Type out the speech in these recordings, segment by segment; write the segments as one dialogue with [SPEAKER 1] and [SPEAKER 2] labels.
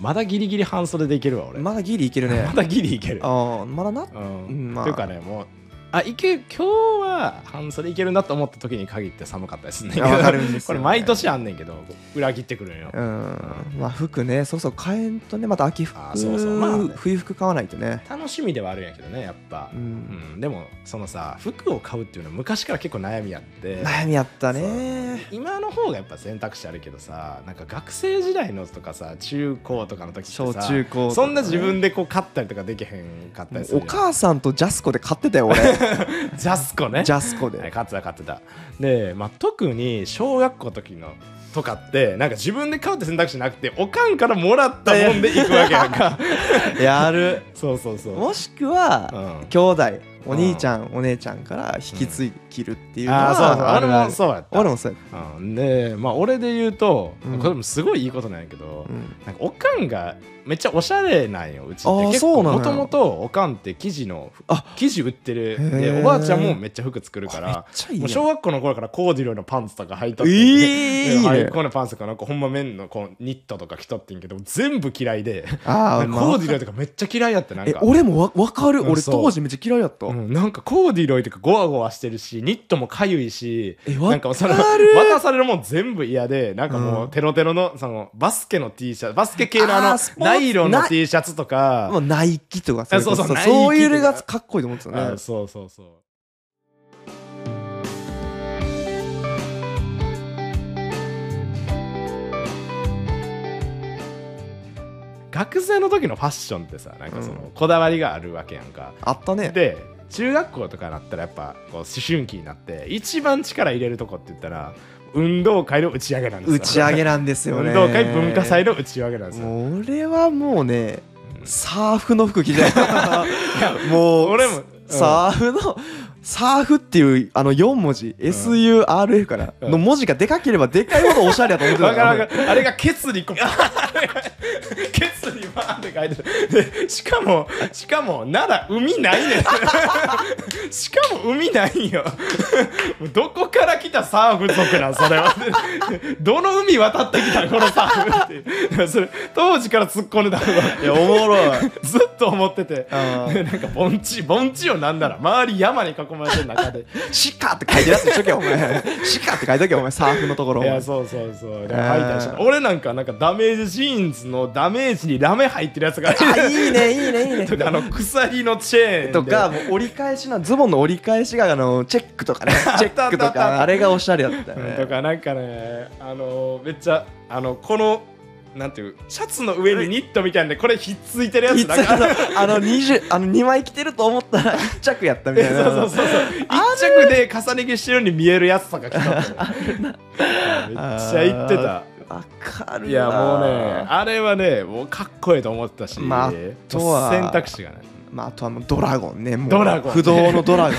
[SPEAKER 1] まだギリギリ半袖でいけるわ俺ま
[SPEAKER 2] まだギリいけるね
[SPEAKER 1] だギリいける
[SPEAKER 2] ああまだな
[SPEAKER 1] うん
[SPEAKER 2] まあ
[SPEAKER 1] というかねもうあいけ今日は半袖いけるなと思った時に限って寒かったですね
[SPEAKER 2] あわかるんですよね
[SPEAKER 1] これ毎年あんねんけど裏切ってくるんよ
[SPEAKER 2] うんまあ服ねそうそう買えんとねまた秋服
[SPEAKER 1] あーそうそうまあね
[SPEAKER 2] 冬服買わないとね
[SPEAKER 1] 楽しみではあるんやけどねやっぱ、
[SPEAKER 2] う
[SPEAKER 1] うんんでもそのさ服を買うっていうのは昔から結構悩みや って
[SPEAKER 2] 悩みやったね
[SPEAKER 1] 今の方がやっぱ選択肢あるけどさなんか学生時代のとかさ中高とかの時ってさ
[SPEAKER 2] 小中高とかね
[SPEAKER 1] そんな自分でこう買ったりとかできへんかったりする
[SPEAKER 2] お
[SPEAKER 1] やん
[SPEAKER 2] 母さんとジャスコで買ってた よ俺
[SPEAKER 1] ジャスコね
[SPEAKER 2] ジャスコ
[SPEAKER 1] はい、
[SPEAKER 2] で
[SPEAKER 1] 勝ってた勝ってたで、まあ、特に小学校の時のとかってなんか自分で買うって選択肢なくておかんからもらったもんで行くわけやん か
[SPEAKER 2] やる
[SPEAKER 1] そうそうそう
[SPEAKER 2] もしくは、
[SPEAKER 1] うん
[SPEAKER 2] 兄弟お兄ちゃん、お姉ちゃんから引き継ぎるっていうのは
[SPEAKER 1] ああそうそう
[SPEAKER 2] あるあ
[SPEAKER 1] 俺
[SPEAKER 2] る
[SPEAKER 1] もそうやった
[SPEAKER 2] 俺もそうやっ
[SPEAKER 1] うん、でまあ俺で言うと、
[SPEAKER 2] うん
[SPEAKER 1] これもすごいいいことなんやけど、
[SPEAKER 2] たうん
[SPEAKER 1] なんかおかんがめっちゃおしゃれなんようちって
[SPEAKER 2] あー
[SPEAKER 1] 結
[SPEAKER 2] そう
[SPEAKER 1] 構
[SPEAKER 2] なんや
[SPEAKER 1] もともとおかんって生地の
[SPEAKER 2] あ
[SPEAKER 1] 生地売ってる
[SPEAKER 2] へー
[SPEAKER 1] でおばあちゃんもめっちゃ服作るか
[SPEAKER 2] めっ
[SPEAKER 1] ら
[SPEAKER 2] ちゃいい
[SPEAKER 1] も
[SPEAKER 2] や
[SPEAKER 1] うん小学校の頃からコーデュロイのパンツとか履いと
[SPEAKER 2] え
[SPEAKER 1] って、
[SPEAKER 2] ー、いい
[SPEAKER 1] ああいう
[SPEAKER 2] ね
[SPEAKER 1] このパンツとかなんかほんま綿のこうニットとか着とってんけど全部嫌いで
[SPEAKER 2] あ
[SPEAKER 1] な
[SPEAKER 2] あ
[SPEAKER 1] ん
[SPEAKER 2] ま
[SPEAKER 1] か
[SPEAKER 2] あ
[SPEAKER 1] コーデュロイとかめっちゃ嫌いやってなん
[SPEAKER 2] え
[SPEAKER 1] か
[SPEAKER 2] 俺もわ分かる、
[SPEAKER 1] うん
[SPEAKER 2] 俺
[SPEAKER 1] そう
[SPEAKER 2] 当時めっちゃ嫌いやった、
[SPEAKER 1] うんなんかコーデュロイとかゴワゴワしてるしニットもかゆいし
[SPEAKER 2] え
[SPEAKER 1] な
[SPEAKER 2] わ
[SPEAKER 1] んかもうその
[SPEAKER 2] かる
[SPEAKER 1] 渡されるもん全部嫌でなんかも
[SPEAKER 2] うん
[SPEAKER 1] うテロテロのそのバスケの T シャツバスケ系の
[SPEAKER 2] あ
[SPEAKER 1] あ
[SPEAKER 2] ースポーツ
[SPEAKER 1] のナイロンの
[SPEAKER 2] な
[SPEAKER 1] T シャツとか
[SPEAKER 2] もうナイキとかそれこそ
[SPEAKER 1] あそうそう
[SPEAKER 2] そ
[SPEAKER 1] ナ
[SPEAKER 2] う
[SPEAKER 1] イキ
[SPEAKER 2] い
[SPEAKER 1] と
[SPEAKER 2] う
[SPEAKER 1] か
[SPEAKER 2] のがかっこいいと思ってたね
[SPEAKER 1] あそうそうそう学生の時のファッションってさなんかそのこだわりがあるわけやんか、
[SPEAKER 2] あったね
[SPEAKER 1] で中学校とかなったらやっぱこう思春期になって一番力入れるとこって言ったら運動会の打ち上げなんですよ
[SPEAKER 2] 打ち上げなんですよね
[SPEAKER 1] 運動会文化祭の打ち上げなんですよ、
[SPEAKER 2] もう俺はもうね
[SPEAKER 1] うん
[SPEAKER 2] サーフの 服着てたもう
[SPEAKER 1] 俺も、うん
[SPEAKER 2] サーフの、サーフっていうあの4文字、SURF かな、
[SPEAKER 1] うん
[SPEAKER 2] の文字がでかければでかいほどおしゃれやと思ってた
[SPEAKER 1] わ
[SPEAKER 2] か
[SPEAKER 1] からるわかるあれがケツにこう ケツにバーンって書いてるでしかもしかも奈良海ないね んしかも海ないんよもうどこから来たサーフ族なんそれはどの海渡ってきたのこのサーフっていうそれ当時から突っ込んでたのが
[SPEAKER 2] いや、おもろい。
[SPEAKER 1] ずっと思ってて
[SPEAKER 2] あー
[SPEAKER 1] でなんか盆地盆地をなんなら周り山に囲まれてる中で
[SPEAKER 2] シカって書いてるやつにしとけよ、お前。シカって書いとけよ、お前、サーフのところ。
[SPEAKER 1] いやそうそうそう、で
[SPEAKER 2] えー
[SPEAKER 1] 吐いたりした俺なんかなんかダメージジーンズのダメージにラメ入ってるやつ が
[SPEAKER 2] あ、いいね、いいね、いいね。
[SPEAKER 1] とかあの鎖のチェーンで
[SPEAKER 2] とか、もう折り返しの、ズボンの折り返しが、あの、チェッ クとかね、チェック
[SPEAKER 1] あったあ
[SPEAKER 2] と
[SPEAKER 1] っ
[SPEAKER 2] か、
[SPEAKER 1] た
[SPEAKER 2] あれがおしゃれだったよ
[SPEAKER 1] うんと
[SPEAKER 2] ね。
[SPEAKER 1] かなんかねあのめっちゃあのこのなんていうシャツの上にニットみたいなんでこれひっついてるや
[SPEAKER 2] い
[SPEAKER 1] つ
[SPEAKER 2] つ
[SPEAKER 1] なんか
[SPEAKER 2] あのあの20あの2枚着てると思ったら1着やったみたいな
[SPEAKER 1] そうそうそうそう一着で重ね着してるように見えるやつとか着たのめっちゃ言ってた
[SPEAKER 2] わかる
[SPEAKER 1] いやもうね
[SPEAKER 2] な
[SPEAKER 1] あれはねもうかっこいいと思ったし、
[SPEAKER 2] まああとは
[SPEAKER 1] 選択肢がない
[SPEAKER 2] まあ、あとはもうドラゴンねもう
[SPEAKER 1] ドラゴン
[SPEAKER 2] 不動のドラゴ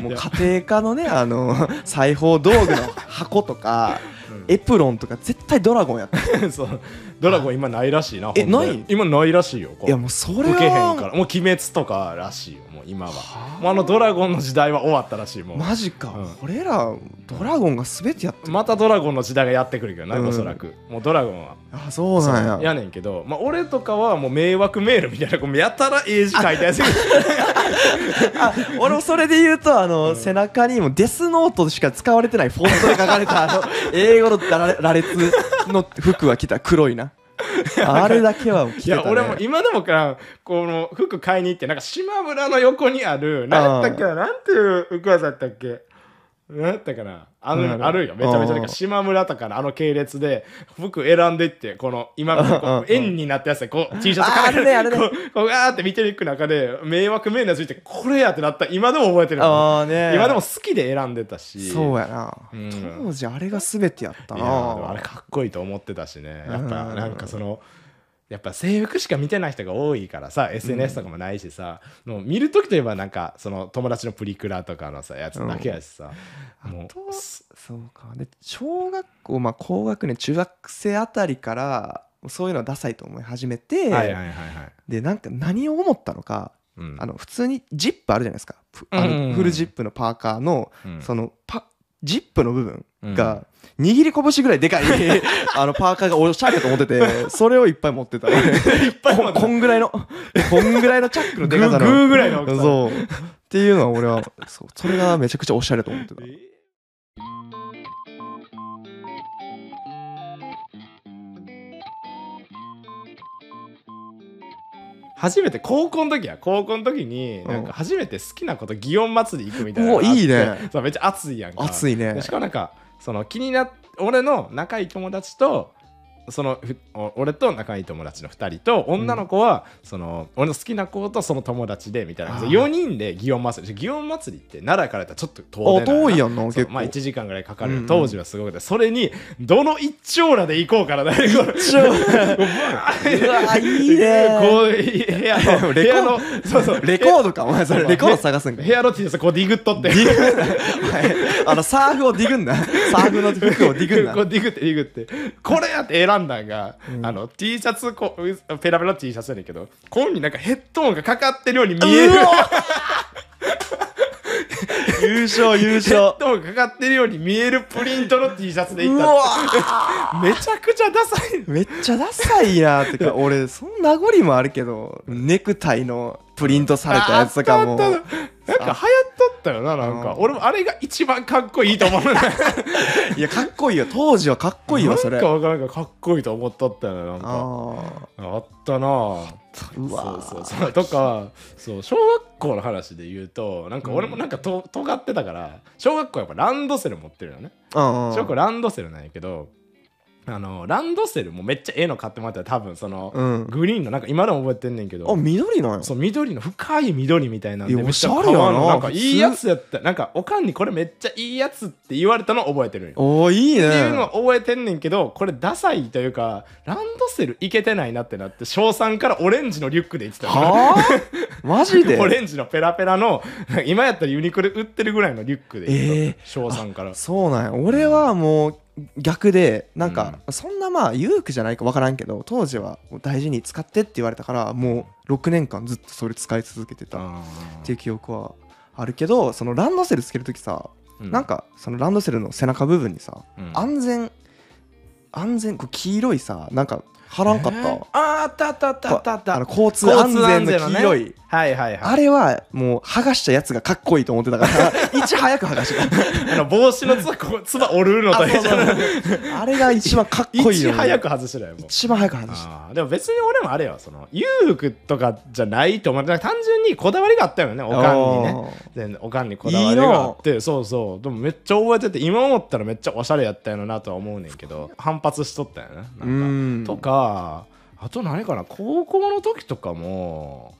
[SPEAKER 2] ンも う
[SPEAKER 1] いや
[SPEAKER 2] 家庭科のねあの裁縫道具の箱とか、
[SPEAKER 1] うん
[SPEAKER 2] エプロンとか絶対ドラゴンやった い
[SPEAKER 1] そうドラゴン今ないらしいな
[SPEAKER 2] え
[SPEAKER 1] ほんで
[SPEAKER 2] ない
[SPEAKER 1] 今ないらしいよこう
[SPEAKER 2] やもうそ
[SPEAKER 1] 受
[SPEAKER 2] れは
[SPEAKER 1] けへんからもう鬼滅とからしいよもう今は
[SPEAKER 2] はあ
[SPEAKER 1] もうあのドラゴンの時代は終わったらしいもう
[SPEAKER 2] マジか、
[SPEAKER 1] うん
[SPEAKER 2] 俺らドラゴンが全てやった
[SPEAKER 1] またドラゴンの時代がやってくるけどな、
[SPEAKER 2] うん
[SPEAKER 1] おそらくもうドラゴンは
[SPEAKER 2] あそうなんや
[SPEAKER 1] やねんけど、まあ、俺とかはもう迷惑メールみたいなこうやたら英字書いたやつが
[SPEAKER 2] あ俺もそれで言うとあの、背中にもデスノートしか使われてないフォントで書かれたあ の英語の羅羅列の服は着た黒いな あれだけは着て
[SPEAKER 1] い
[SPEAKER 2] た、ね、
[SPEAKER 1] や俺も今でもからこの服買いに行ってなんか島村の横にあるなんだっけななんていう服屋さんやったっけなんやったかなあ
[SPEAKER 2] うん
[SPEAKER 1] のあるよめちゃめちゃなん
[SPEAKER 2] うん
[SPEAKER 1] か島村とかのあの系列で服選んでってこの今の
[SPEAKER 2] うんうん
[SPEAKER 1] こう円になったやつでこう T シャツ
[SPEAKER 2] ああるねあるね
[SPEAKER 1] こうこうガーって見ていく中で迷惑メールのやつ見てこれやってなった今でも覚えてるもん
[SPEAKER 2] あーね
[SPEAKER 1] 今でも好きで選んでたし
[SPEAKER 2] そうやな、
[SPEAKER 1] うん
[SPEAKER 2] 当時あれが全てやった
[SPEAKER 1] い
[SPEAKER 2] な
[SPEAKER 1] やーでもあれかっこいいと思ってたしねやっ
[SPEAKER 2] う
[SPEAKER 1] ぱ
[SPEAKER 2] ん
[SPEAKER 1] なんかそのやっぱ制服しか見てない人が多いからさ SNS とかもないしさ、もう見る時といえばなんかその友達のプリクラとかのさやつだけやしさ、もう
[SPEAKER 2] とそうかで小学校まあ高学年中学生あたりからそういうのはダサいと思い始めて、
[SPEAKER 1] はいはいはいはい、
[SPEAKER 2] でなんか何を思ったのか
[SPEAKER 1] うん
[SPEAKER 2] あの普通にジップあるじゃないですかふあ
[SPEAKER 1] うんうんう
[SPEAKER 2] の
[SPEAKER 1] ん
[SPEAKER 2] フルジップのパーカーの
[SPEAKER 1] うん
[SPEAKER 2] そのパジップの部分 が、握り拳ぐらいでかい あのパーカーがおしゃれだと思って てそれをいっぱい持ってたいっぱいこんこんぐらいのこんぐらいのチャックのでかさ
[SPEAKER 1] グ
[SPEAKER 2] の
[SPEAKER 1] ーグーぐらいの大きさ
[SPEAKER 2] そうっていうのは俺はそうそれがめちゃくちゃおしゃれと思ってた
[SPEAKER 1] 初めて高校の時や高校の時になんか初めて好きなこと祇園祭り行くみたいなのがあって
[SPEAKER 2] おいいね
[SPEAKER 1] そうめっちゃ暑いやんか
[SPEAKER 2] 暑い
[SPEAKER 1] で
[SPEAKER 2] ね
[SPEAKER 1] しかもなんかその気になっ俺の仲いい友達とそのふお俺と仲いい友達の2人と女の子は、その俺の好きな子とその友達でみたいな感じで
[SPEAKER 2] あー
[SPEAKER 1] 4人で祇園祭り祇園祭りって奈良からやったらちょっと遠出
[SPEAKER 2] あ
[SPEAKER 1] な
[SPEAKER 2] 遠いやんな
[SPEAKER 1] そ
[SPEAKER 2] 結
[SPEAKER 1] う
[SPEAKER 2] 構、
[SPEAKER 1] まあ1時間ぐらいかかる、
[SPEAKER 2] うんうん
[SPEAKER 1] 当時はすごくてそれにどの一丁羅で行こうから だ一丁羅
[SPEAKER 2] うわい いね
[SPEAKER 1] こう部屋の部
[SPEAKER 2] レコ
[SPEAKER 1] 屋のそうそう
[SPEAKER 2] レコードかお前それ
[SPEAKER 1] そう
[SPEAKER 2] レコード探すん
[SPEAKER 1] 部
[SPEAKER 2] か
[SPEAKER 1] 屋の T シャツこうディグっとって
[SPEAKER 2] ディグはいあのサーフをディグんなサーフの服をディグんな
[SPEAKER 1] こうディグってディグってこれやって選んだんが、あの T シャツこううペラペラ T シャツやねんけどここになんかヘッドホンがかかってるように見える
[SPEAKER 2] うわ 優勝優
[SPEAKER 1] ヘッ
[SPEAKER 2] 勝
[SPEAKER 1] ドホンがかかってるように見えるプリントの T シャツでいうったの
[SPEAKER 2] わ
[SPEAKER 1] めちゃくちゃダサい
[SPEAKER 2] めっちゃダサいなって か俺その名残もあるけどネクタイのプリントされたやつとかも
[SPEAKER 1] ああったあったなんか流行っとったよななんか
[SPEAKER 2] うん
[SPEAKER 1] 俺もあれが一番かっこいいと思うなんか
[SPEAKER 2] いやかっこいいよ当時はかっこいいわそれあ
[SPEAKER 1] わからんがかっこいいと思っとったよななんか
[SPEAKER 2] あ
[SPEAKER 1] あったなぁ
[SPEAKER 2] ーうわー
[SPEAKER 1] そうそうそうとかそう小学校の話で言うとなんか俺もなんかと、尖ってたから小学校やっぱランドセル持ってるよね
[SPEAKER 2] うんうん
[SPEAKER 1] 小学校ランドセルなんやけどあのランドセルもめっちゃええの買ってもらったら多分その、
[SPEAKER 2] うん
[SPEAKER 1] グリーンのなんか今でも覚えてんねんけど
[SPEAKER 2] あ緑なんや
[SPEAKER 1] そう緑の深い緑みたいなんで
[SPEAKER 2] いや
[SPEAKER 1] めっちゃ
[SPEAKER 2] おし
[SPEAKER 1] 可
[SPEAKER 2] ゃれ
[SPEAKER 1] 愛い
[SPEAKER 2] やな
[SPEAKER 1] なんかいいやつやったなんかおかんにこれめっちゃいいやつって言われたのを覚えてるんよ
[SPEAKER 2] おーいい
[SPEAKER 1] っていうのは
[SPEAKER 2] ね
[SPEAKER 1] 覚えてんねんけどこれダサいというかランドセルいけてないなってなって小3からオレンジのリュックで行ってたから
[SPEAKER 2] はあマジで
[SPEAKER 1] オレンジのペラペラの今やったらユニクロで売ってるぐらいのリュックで行ってた
[SPEAKER 2] え
[SPEAKER 1] 小3から
[SPEAKER 2] そうなんや俺はもう逆でなんかそんなまあ裕福じゃないか分からんけど当時はもう大事に使ってって言われたからもう6年間ずっとそれ使い続けてたっ
[SPEAKER 1] あ
[SPEAKER 2] ていう記憶はあるけどそのランドセルつける時さ
[SPEAKER 1] ー
[SPEAKER 2] なんかそのランドセルの背中部分にさ
[SPEAKER 1] うん
[SPEAKER 2] 安全安全こう黄色いさなんか貼らんかっ
[SPEAKER 1] え
[SPEAKER 2] た、
[SPEAKER 1] ーあーあったあったあったあったあった
[SPEAKER 2] あの交通安全の黄色い、
[SPEAKER 1] ねはいはいはい
[SPEAKER 2] あれはもう剥がしたやつがかっこいいと思ってたから いち早く剥がした
[SPEAKER 1] あの帽子のつば こうつば折るのと一緒だ
[SPEAKER 2] あれが一番かっこい
[SPEAKER 1] い
[SPEAKER 2] い
[SPEAKER 1] ち
[SPEAKER 2] よ、ね、
[SPEAKER 1] 早く外してたよもう
[SPEAKER 2] 一番早く外した
[SPEAKER 1] あーでも別に俺もあれよその裕福とかじゃないと思うなんか単純にこだわりがあったよねおかんにね全然おかんにこだわりがあってそうそうでもめっちゃ覚えてて今思ったらめっちゃおしゃれやったよなとは思うねんけど反発しとったよねなんか
[SPEAKER 2] うん
[SPEAKER 1] とかあと何かな高校の時とかも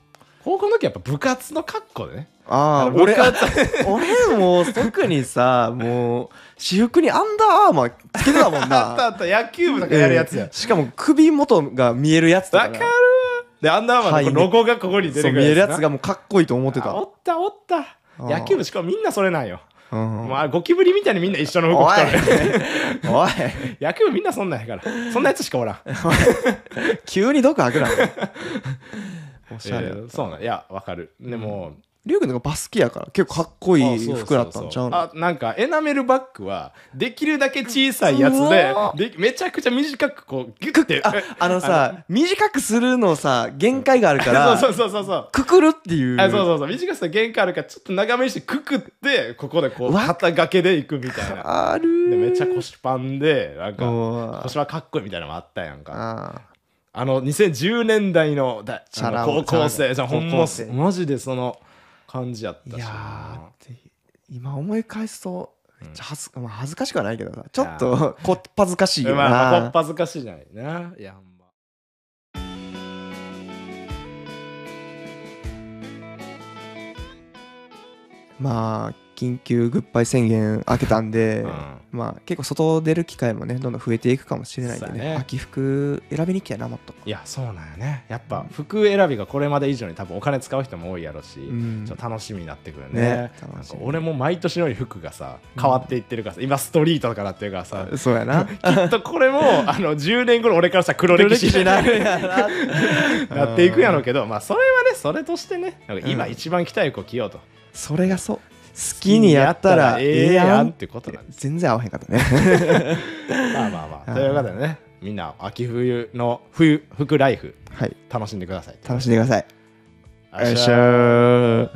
[SPEAKER 1] 高校の時やっぱ部活の格好でね
[SPEAKER 2] ああ
[SPEAKER 1] 部
[SPEAKER 2] 俺
[SPEAKER 1] 活
[SPEAKER 2] 俺もう特にさもう私服にアンダーアーマーつけてたも
[SPEAKER 1] あ
[SPEAKER 2] ん
[SPEAKER 1] った
[SPEAKER 2] な
[SPEAKER 1] あった野球部と かやるやつや
[SPEAKER 2] ええしかも首元が見えるやつと
[SPEAKER 1] わ
[SPEAKER 2] か
[SPEAKER 1] か
[SPEAKER 2] な
[SPEAKER 1] るでアンダーマンのこのロゴがここに出
[SPEAKER 2] そ
[SPEAKER 1] て
[SPEAKER 2] う
[SPEAKER 1] く
[SPEAKER 2] 見
[SPEAKER 1] る
[SPEAKER 2] えるや
[SPEAKER 1] な
[SPEAKER 2] つがもうかっこいいと思ってた
[SPEAKER 1] あおったおった
[SPEAKER 2] うん
[SPEAKER 1] 野球部しかもみんなそれなんよ
[SPEAKER 2] うん
[SPEAKER 1] まあゴキブリみたいにみんな一緒の服
[SPEAKER 2] お
[SPEAKER 1] 着
[SPEAKER 2] い
[SPEAKER 1] とる
[SPEAKER 2] おい
[SPEAKER 1] 野球部みんなそんなんやからそんなやつしかおらん
[SPEAKER 2] 急に毒 吐くなおしゃれ
[SPEAKER 1] えーそうなんいやわかるでも、
[SPEAKER 2] りゅうくんとかバスケやから結構かっこい
[SPEAKER 1] あそうそ
[SPEAKER 2] い
[SPEAKER 1] うそう
[SPEAKER 2] 服だったんちゃうの
[SPEAKER 1] あなんかエナメルバッグはできるだけ小さいやつで
[SPEAKER 2] うわ
[SPEAKER 1] でめちゃくちゃ短くこうギュッて
[SPEAKER 2] ああのさ短くするのさ限界があるから
[SPEAKER 1] そうそうそうそうそう
[SPEAKER 2] くくるっていう
[SPEAKER 1] あそうそうそう短くしたら限界あるからちょっと長めにしてくくってここでこう
[SPEAKER 2] うわ
[SPEAKER 1] 肩掛けでいくみたいな
[SPEAKER 2] ある
[SPEAKER 1] でめっちゃ腰パンでなんか
[SPEAKER 2] おー
[SPEAKER 1] 腰はかっこいいみたいなのもあったやんか
[SPEAKER 2] あ
[SPEAKER 1] あの2010年代のだ
[SPEAKER 2] チャラ
[SPEAKER 1] あの高校生
[SPEAKER 2] チ
[SPEAKER 1] じゃん
[SPEAKER 2] ャ
[SPEAKER 1] ほ
[SPEAKER 2] ラ
[SPEAKER 1] ん
[SPEAKER 2] 高
[SPEAKER 1] ま
[SPEAKER 2] 校生
[SPEAKER 1] マジでその感じやっ
[SPEAKER 2] ー
[SPEAKER 1] た
[SPEAKER 2] い
[SPEAKER 1] し
[SPEAKER 2] や
[SPEAKER 1] な
[SPEAKER 2] ーって今思い返すとめっちゃ恥ず,、まあ、恥ずかしくはないけどさちょっ
[SPEAKER 1] いや
[SPEAKER 2] とこっぱずかしいよな、
[SPEAKER 1] まあまあこっぱずかしいじゃないないやほんま
[SPEAKER 2] まあ緊急グッバイ宣言開けたんで、
[SPEAKER 1] うん
[SPEAKER 2] まあ結構外出る機会もねどんどん増えていくかもしれないんで
[SPEAKER 1] そう
[SPEAKER 2] ね
[SPEAKER 1] やね
[SPEAKER 2] 秋服選びに行きたいなもっと、
[SPEAKER 1] いやそうなんよねやっぱ服選びがこれまで以上に多分お金使う人も多いやろし、
[SPEAKER 2] うん
[SPEAKER 1] ちょっと楽しみになってくるね
[SPEAKER 2] ね
[SPEAKER 1] なん
[SPEAKER 2] 楽し
[SPEAKER 1] か
[SPEAKER 2] み
[SPEAKER 1] 俺も毎年のように服がさ変わっていってるからさ、今ストリートとかなってるからさ、
[SPEAKER 2] そうやな
[SPEAKER 1] きっとこ れもあの10年後の俺からしたら黒歴史にな
[SPEAKER 2] るやな
[SPEAKER 1] っていくやろうけど、まあそれはねそれとしてねなんか今
[SPEAKER 2] うん
[SPEAKER 1] 一番着たい服を着ようと、
[SPEAKER 2] それがそう好きにやったらええやん
[SPEAKER 1] ってことなんです。
[SPEAKER 2] 全然合わへんかったね
[SPEAKER 1] まあまあまあ。ということでね、みんな秋冬の冬服ライフ
[SPEAKER 2] はい
[SPEAKER 1] 楽しんでください。
[SPEAKER 2] 楽しんでください
[SPEAKER 1] あっ
[SPEAKER 2] しゃー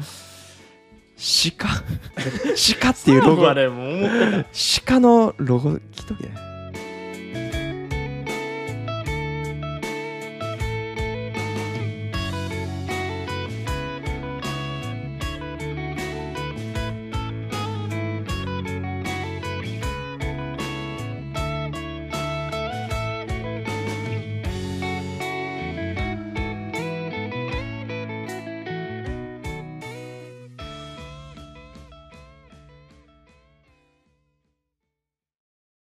[SPEAKER 2] 鹿鹿っていうロゴ
[SPEAKER 1] 僕はね、もう思ってた
[SPEAKER 2] 鹿のロゴ聞いとけ